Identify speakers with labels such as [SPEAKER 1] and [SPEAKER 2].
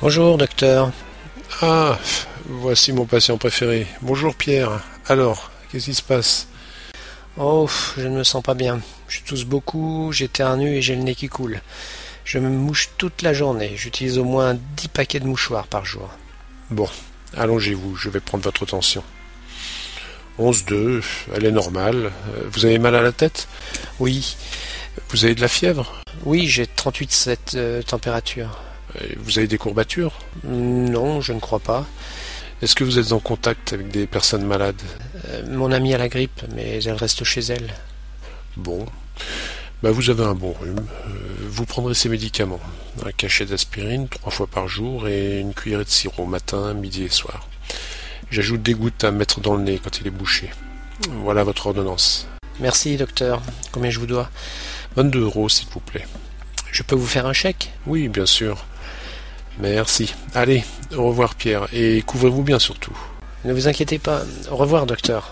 [SPEAKER 1] Bonjour, docteur.
[SPEAKER 2] Ah, voici mon patient préféré. Bonjour Pierre. Alors, qu'est-ce qui se passe
[SPEAKER 1] Oh, je ne me sens pas bien. Je tousse beaucoup, j'éternue et j'ai le nez qui coule. Je me mouche toute la journée. J'utilise au moins 10 paquets de mouchoirs par jour.
[SPEAKER 2] Bon, allongez-vous, je vais prendre votre tension. 11,2, elle est normale. Euh, Vous avez mal à la tête
[SPEAKER 1] Oui,
[SPEAKER 2] Vous avez de la fièvre
[SPEAKER 1] oui, j'ai 38,7 euh, température.
[SPEAKER 2] Et Euh, Vous avez des courbatures
[SPEAKER 1] Mm, Non, je ne crois pas.
[SPEAKER 2] Est-ce que vous êtes en contact avec des personnes malades
[SPEAKER 1] Euh, mon amie a la grippe, mais elle reste chez elle.
[SPEAKER 2] Bon. Bah, vous avez un bon rhume. Euh, vous prendrez ces médicaments. Un cachet d'aspirine trois fois par jour et une cuillerée de sirop matin, midi et soir. J'ajoute des gouttes à mettre dans le nez quand il est bouché. Voilà votre ordonnance.
[SPEAKER 1] Merci, docteur. Combien je vous dois
[SPEAKER 2] 22 euros, s'il vous plaît.
[SPEAKER 1] Je peux vous faire un chèque
[SPEAKER 2] Oui, bien sûr. Merci. Allez, au revoir Pierre, et couvrez-vous bien surtout.
[SPEAKER 1] Ne vous inquiétez pas. Au revoir, docteur.